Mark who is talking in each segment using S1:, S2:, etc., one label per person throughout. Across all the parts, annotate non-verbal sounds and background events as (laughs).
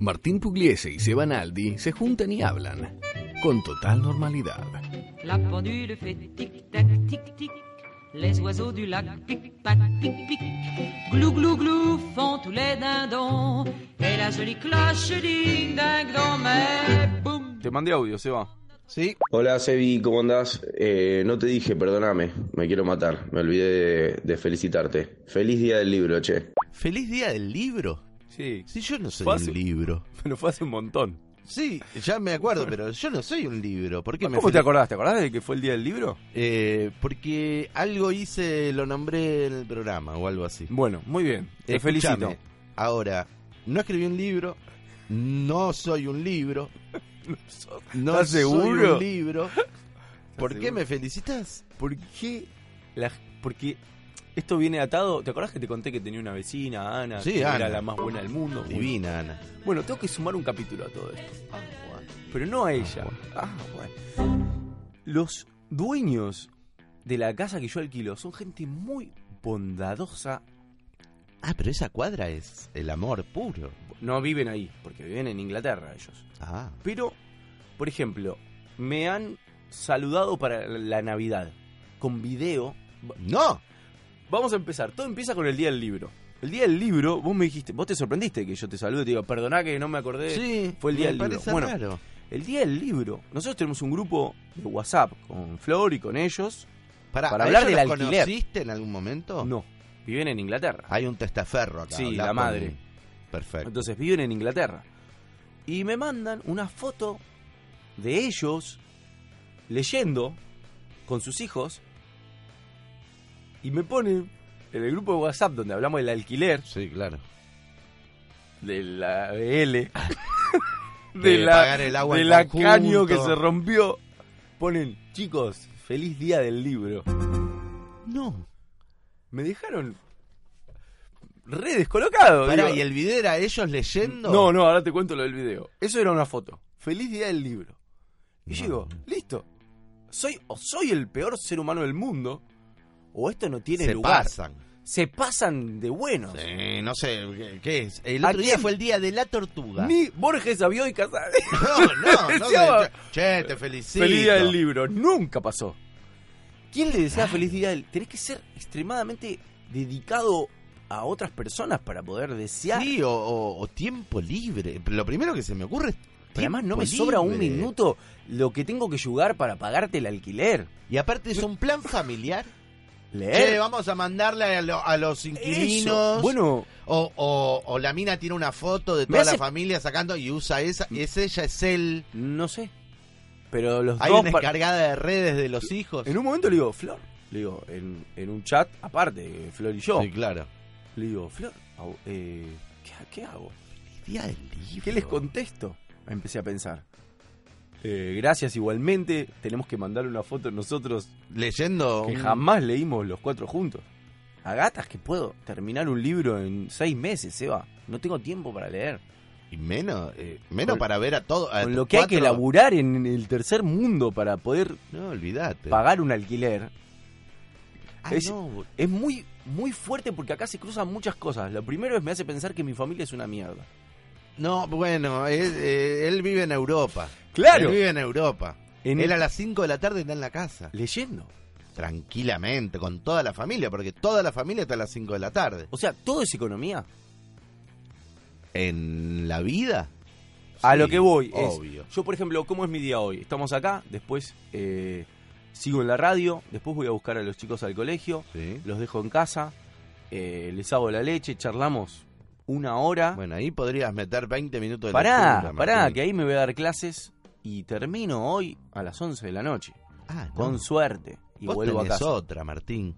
S1: Martín Pugliese y Seba Naldi se juntan y hablan con total normalidad.
S2: La pendule fait tic-tac, tic-tic. Les oiseaux du lac pic-pac, pic-pic. Glou-glou-glou font tous les dindons. Et la jolie cloche ding-ding-dong, mais boum.
S3: Te mandé audio, se va.
S4: Sí. Hola Sebi, ¿cómo andás? Eh, no te dije, perdóname, me quiero matar, me olvidé de, de felicitarte. Feliz día del libro, che.
S5: ¿Feliz día del libro?
S3: Sí. (laughs)
S5: Si yo no soy
S3: Fue
S5: un
S3: hace-
S5: libro.
S3: Pero fue hace un montón.
S5: Sí, ya me acuerdo, pero yo no soy un libro. ¿Por qué me
S3: ¿Cómo te
S5: fel-
S3: acordás? ¿Te acordás de que fue el día del libro?
S5: Eh, porque algo hice, lo nombré en el programa o algo así.
S3: Bueno, muy bien. Te
S5: Escuchame,
S3: felicito.
S5: Ahora, no escribí un libro, no soy un (laughs) libro, no
S3: ¿Estás
S5: soy
S3: seguro?
S5: un (laughs) libro. ¿Por qué
S3: seguro?
S5: me felicitas?
S3: ¿Por qué la- porque esto viene atado? ¿Te acordás que te conté que tenía una vecina, Ana,
S5: Sí,
S3: que
S5: Ana.
S3: era la más buena del mundo?
S5: Divina, Ana.
S3: Bueno, tengo que sumar un capítulo a todo esto. Pero no a ella. Ah, bueno. Los dueños de la casa que yo alquilo son gente muy bondadosa.
S5: Ah, pero esa cuadra es el amor puro.
S3: No viven ahí, porque viven en Inglaterra ellos.
S5: Ah,
S3: Pero, por ejemplo, me han saludado para la Navidad con video.
S5: no.
S3: Vamos a empezar. Todo empieza con el día del libro. El día del libro, vos me dijiste, vos te sorprendiste que yo te salude y te digo, perdoná que no me acordé.
S5: Sí,
S3: fue el día
S5: me
S3: del libro.
S5: parece
S3: Bueno,
S5: raro.
S3: El día del libro, nosotros tenemos un grupo de WhatsApp con Flor y con ellos.
S5: Pará,
S3: para
S5: ¿a
S3: hablar
S5: ellos
S3: del
S5: los
S3: alquiler.
S5: ¿Conociste en algún momento?
S3: No, viven en Inglaterra.
S5: Hay un testaferro acá.
S3: Sí,
S5: hablá
S3: la
S5: con-
S3: madre.
S5: Perfecto.
S3: Entonces viven en Inglaterra. Y me mandan una foto de ellos leyendo con sus hijos. Y me ponen en el grupo de WhatsApp donde hablamos del alquiler,
S5: Sí, claro.
S3: de
S5: (laughs)
S3: la L,
S5: De pagar el agua
S3: de
S5: en
S3: la
S5: conjunto.
S3: caño que se rompió. Ponen, chicos, feliz día del libro.
S5: No.
S3: Me dejaron re descolocado.
S5: Pará,
S3: digo.
S5: ¿y el video era ellos leyendo?
S3: No, no, ahora te cuento lo del video. Eso era una foto. Feliz día del libro. Y yo digo, listo. Soy o soy el peor ser humano del mundo o esto no tiene
S5: Se
S3: lugar.
S5: pasan.
S3: Se pasan de buenos.
S5: Sí, no sé, ¿qué- ¿qué es? El
S3: ¿A
S5: otro día
S3: quién?
S5: fue el día de la tortuga.
S3: Ni Borges Avió y Casal.
S5: (laughs) No, no, no.
S3: Decía-
S5: me- che, te felicito.
S3: (laughs) Feliz día del libro. Nunca pasó. ¿Quién le desea feliz día del Tenés que ser extremadamente dedicado a otras personas para poder desear.
S5: Sí, o, o- o tiempo libre. Lo primero que se me ocurre es
S3: Pero además no me
S5: tiempo
S3: sobra un
S5: libre.
S3: minuto lo que tengo que jugar para pagarte el alquiler.
S5: Y aparte es un plan
S3: (laughs)
S5: familiar.
S3: Leer.
S5: Che, vamos a mandarle a, lo- a los inquilinos.
S3: Eh. Eso. Bueno,
S5: O, o- o la mina tiene una foto de
S3: Me
S5: toda la
S3: hace- Mm.
S5: familia sacando y usa esa. Es ella, es él.
S3: No sé. Pero los
S5: Hay
S3: dos.
S5: una
S3: par-
S5: descargada de redes de los hijos.
S3: En un momento le digo, Flor. Le digo, en, en un chat aparte, Flor y yo.
S5: Sí, claro.
S3: Le digo, Flor, au- eh, ¿qué, qué hago?
S5: Día del libro.
S3: ¿Qué les contesto? Empecé a pensar. Eh, gracias igualmente. Tenemos que mandar una foto nosotros
S5: Leyendo.
S3: que
S5: un-
S3: jamás leímos los cuatro juntos. A gatas que puedo terminar un libro en seis meses, Eva. No tengo tiempo para leer.
S5: Y menos, eh, menos
S3: Con-
S5: para ver a todo. a
S3: Con
S5: tus
S3: lo que hay que
S5: cuatro-
S3: laburar en el tercer mundo para poder
S5: No, olvídate.
S3: pagar un alquiler,
S5: Ah,
S3: es-
S5: no, bol-
S3: es muy muy fuerte porque acá se cruzan muchas cosas. Lo primero es me hace pensar que mi familia es una mierda.
S5: no, bueno, es, eh, él vive en Europa. Él vive en Europa.
S3: En-
S5: Él a las 5 de la tarde está en la casa.
S3: leyendo.
S5: Tranquilamente, con toda la familia, porque toda la familia está a las 5 de la tarde.
S3: O sea, todo es economía.
S5: En la vida.
S3: A
S5: Sí,
S3: lo que voy
S5: obvio.
S3: es yo por ejemplo, ¿cómo es mi día hoy? Estamos acá, después eh, sigo en la radio, después voy a buscar a los chicos al colegio,
S5: Sí.
S3: los dejo en casa, eh, les hago la leche, charlamos una hora.
S5: Bueno, ahí podrías meter 20 minutos de
S3: pará,
S5: lectura,
S3: pará,
S5: Martín.
S3: que ahí me voy a dar clases y termino hoy a las 11 de la noche,
S5: Ah, no.
S3: con suerte y
S5: Vos
S3: vuelvo a
S5: tenés
S3: casa. (laughs)
S5: otra, Martín.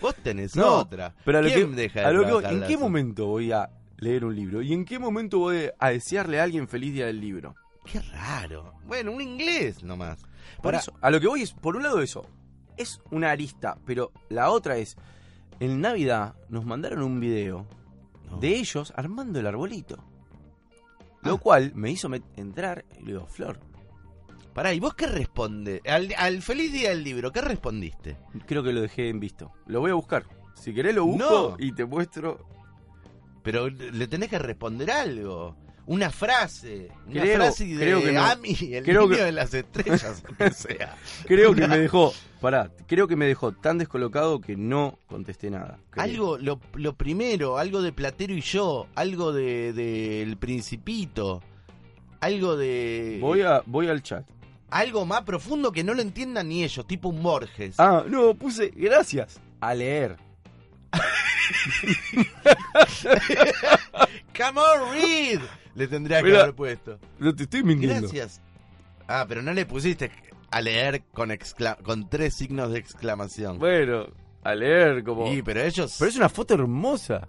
S5: Vos tenés
S3: No,
S5: otra.
S3: Pero a lo
S5: ¿Quién
S3: que-
S5: deja
S3: a
S5: de
S3: lo que-
S5: trabajar
S3: ¿En
S5: la
S3: qué
S5: su-
S3: momento voy a leer un libro? ¿Y en qué momento voy a desearle a alguien feliz día del libro?
S5: Qué raro. Bueno, un inglés nomás.
S3: Por
S5: Para-
S3: eso, a lo que voy es, por un lado eso, es una arista, pero la otra es, en Navidad nos mandaron un video
S5: No.
S3: de ellos armando el arbolito. Lo
S5: Ah.
S3: cual me hizo met- entrar y le digo, Flor,
S5: Pará, ¿y vos qué responde? Al, al feliz día del libro, ¿qué respondiste?
S3: creo que lo dejé en visto. Lo voy a buscar. Si querés lo
S5: No.
S3: busco y te muestro.
S5: Pero le tenés que responder algo. Una frase. Una
S3: Creo-
S5: frase de
S3: creo que no.
S5: Ami, el
S3: Creo
S5: niño
S3: que-
S5: de las estrellas, (laughs) o que sea.
S3: Creo que me dejó, pará, creo que me dejó tan descolocado que no contesté nada. creo.
S5: Algo, lo, lo primero, algo de Platero y yo, algo de, de El Principito, algo de...
S3: Voy, a, voy al chat.
S5: Algo más profundo que no lo entiendan ni ellos, tipo un Borges.
S3: Ah, no, puse gracias. A leer.
S5: Come on, read. Le tendría que
S3: Mira.
S5: haber puesto.
S3: No te estoy mintiendo.
S5: Gracias. Ah, pero no le pusiste a leer con, excla- con tres signos de exclamación.
S3: Bueno, a leer como...
S5: Sí, pero ellos...
S3: Pero es una foto hermosa.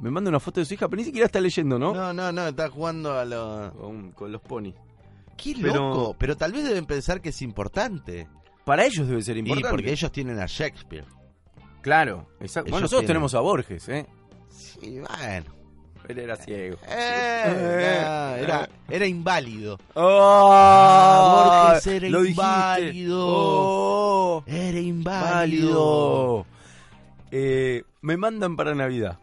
S3: Me manda una foto de su hija, pero ni siquiera está leyendo, ¿no?
S5: No, no, no, está jugando a lo...
S3: Con, con los ponis.
S5: ¡Qué
S3: Pero-
S5: loco! Pero tal vez deben pensar que es importante.
S3: Para ellos debe ser
S5: Y
S3: importante.
S5: porque ellos tienen a Shakespeare.
S3: Claro, exacto.
S5: Ellos
S3: Bueno, nosotros
S5: tienen.
S3: tenemos a Borges, ¿eh?
S5: Sí, bueno.
S3: Él era ciego.
S5: Eh, no, era, era inválido.
S3: (laughs) ¡Ah!
S5: Borges era
S3: Lo dijiste.
S5: inválido.
S3: ¡Oh!
S5: Era inválido.
S3: Válido. Eh, me mandan para Navidad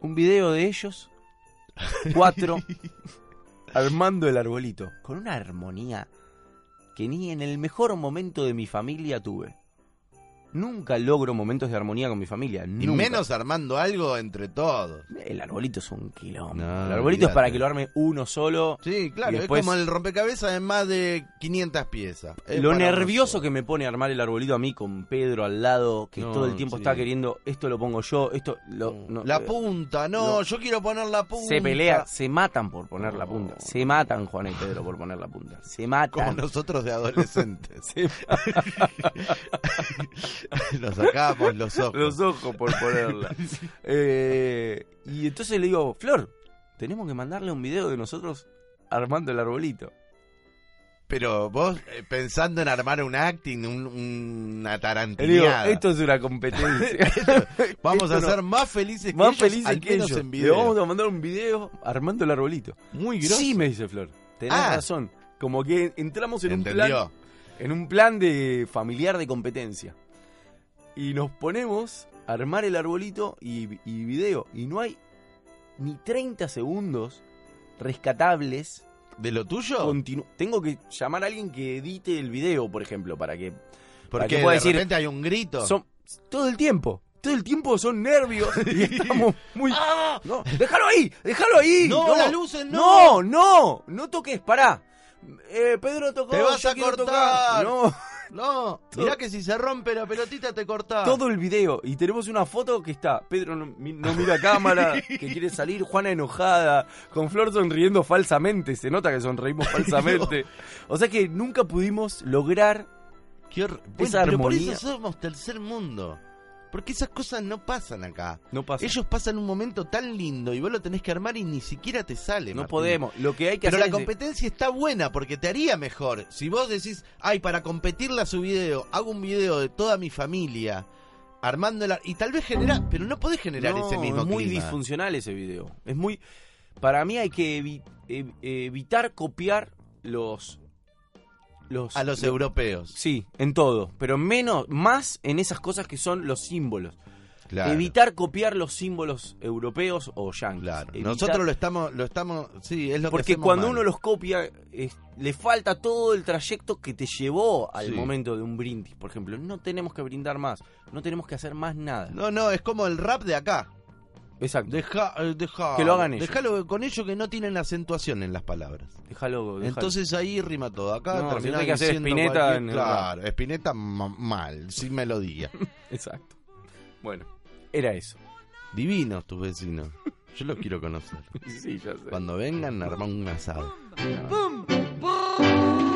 S3: un video de ellos,
S5: (laughs)
S3: cuatro, armando el arbolito, con una armonía que ni en el mejor momento de mi familia tuve. Nunca logro momentos de armonía con mi familia.
S5: Y
S3: nunca.
S5: menos armando algo entre todos.
S3: El arbolito es un quilombo.
S5: No,
S3: el arbolito es para
S5: olvídate.
S3: que lo arme uno solo.
S5: Sí,
S3: Y
S5: claro,
S3: después-
S5: es como el rompecabezas de más de 500 piezas. Es
S3: lo
S5: para
S3: nervioso
S5: nosotros.
S3: que me pone armar el arbolito a mí con Pedro al lado, que
S5: No,
S3: todo el tiempo
S5: sí. Mm.
S3: está queriendo, esto lo pongo yo, esto lo... no,
S5: la
S3: eh,
S5: punta, no,
S3: no.
S5: yo quiero poner la punta.
S3: Se pelea, se matan por poner la punta.
S5: No.
S3: Se matan Juan y Pedro por poner la punta. Se matan.
S5: Como nosotros de
S3: (laughs)
S5: adolescentes. (laughs) Nos sacábamos los ojos.
S3: Los ojos por
S5: (laughs)
S3: ponerla. Eh, y entonces le digo, Flor, tenemos que mandarle un video de nosotros armando el arbolito.
S5: Pero vos eh, pensando en armar un acting, un, una
S3: Le digo, "Este
S5: tarantineada.
S3: esto es una competencia.
S5: (laughs) Vamos a
S3: esto no.
S5: ser más felices que
S3: Más
S5: ellos,
S3: felices
S5: al
S3: que
S5: menos
S3: ellos.
S5: en
S3: Le
S5: video.
S3: vamos a mandar un video armando el arbolito.
S5: Muy
S3: Sí, me dice Flor. Tenés
S5: Ah.
S3: razón. Como que entramos en un plan
S5: Entendió.
S3: en un plan de familiar de competencia. Y nos ponemos a armar el arbolito y, y video. Y no hay ni 30 segundos rescatables.
S5: ¿De lo tuyo?
S3: Continu- Tengo que llamar a alguien que edite el video, por ejemplo, para que... para que
S5: Porque de
S3: pueda decir-
S5: repente hay un grito.
S3: Son... Todo el tiempo. Todo el tiempo son nervios
S5: (laughs)
S3: y estamos muy...
S5: ¡Ah!
S3: No, déjalo ahí, déjalo ahí.
S5: No, las luces, no.
S3: No, no, no toques, pará. Eh, Pedro tocó.
S5: Te vas
S3: yo
S5: a
S3: quiero
S5: cortar.
S3: tocar.
S5: (laughs) No,
S3: No.
S5: mirá que si se rompe la pelotita te cortás.
S3: todo el video y tenemos una foto que está Pedro no, mi- no mira a cámara,
S5: (laughs)
S3: que quiere salir, Juana enojada, con Flor sonriendo falsamente, se nota
S5: (laughs)
S3: que sonreímos falsamente. O sea que nunca pudimos lograr
S5: Qué hor- Bueno,
S3: Esa
S5: pero por
S3: armonía.
S5: eso somos tercer mundo. Porque esas cosas no pasan acá.
S3: no pasa.
S5: Ellos pasan un momento tan lindo y vos lo tenés que armar y ni siquiera te sale.
S3: no
S5: Martín.
S3: podemos, lo que hay que
S5: Pero la
S3: hacer es de-
S5: competencia está buena porque te haría mejor. Si vos decís, ay, para competirle a su video, hago un video de toda mi familia, armándola. Y tal vez genera. Pero no podés generar
S3: No,
S5: ese mismo
S3: es muy
S5: clima.
S3: disfuncional ese video. Es muy para mí hay que evi- ev- evitar copiar los los
S5: A los europeos.
S3: Sí, en todo, pero menos más en esas cosas que son los símbolos.
S5: Claro.
S3: Evitar copiar los símbolos europeos o yankees.
S5: Claro.
S3: Evitar-
S5: Nosotros lo estamos. lo estamos Sí, es lo que
S3: Porque
S5: hacemos
S3: cuando
S5: mal.
S3: uno los copia, es- le falta todo el trayecto que te llevó al
S5: Sí.
S3: momento de un brindis, por ejemplo. No tenemos que brindar más, no tenemos que hacer más nada.
S5: No, no, es como el rap de acá.
S3: Exacto.
S5: Deja, eh, deja,
S3: Que lo hagan ellos.
S5: Dejalo con ellos que no tienen acentuación en las palabras.
S3: Déjalo, déjalo.
S5: Entonces ahí rima todo. Acá
S3: No,
S5: terminás
S3: si no hay que hacer
S5: diciendo
S3: Spinetta
S5: cualquier-
S3: en el
S5: Claro, Spinetta ma- mal, sin melodía.
S3: Exacto. Bueno, era eso.
S5: Divinos tus vecinos. Yo los quiero conocer.
S3: (laughs) Sí, ya sé.
S5: Cuando vengan, arman un asado.
S2: Boom, boom, boom.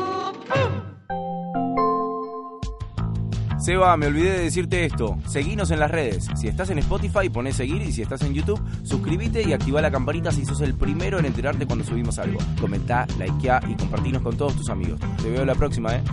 S3: Seba, me olvidé de decirte esto. Seguinos en las redes. Si estás en Spotify, poné seguir y si estás en YouTube, suscríbete y activa la campanita si sos el primero en enterarte cuando subimos algo. Comentá, likeá y compartinos con todos tus amigos. Te veo la próxima, ¿eh?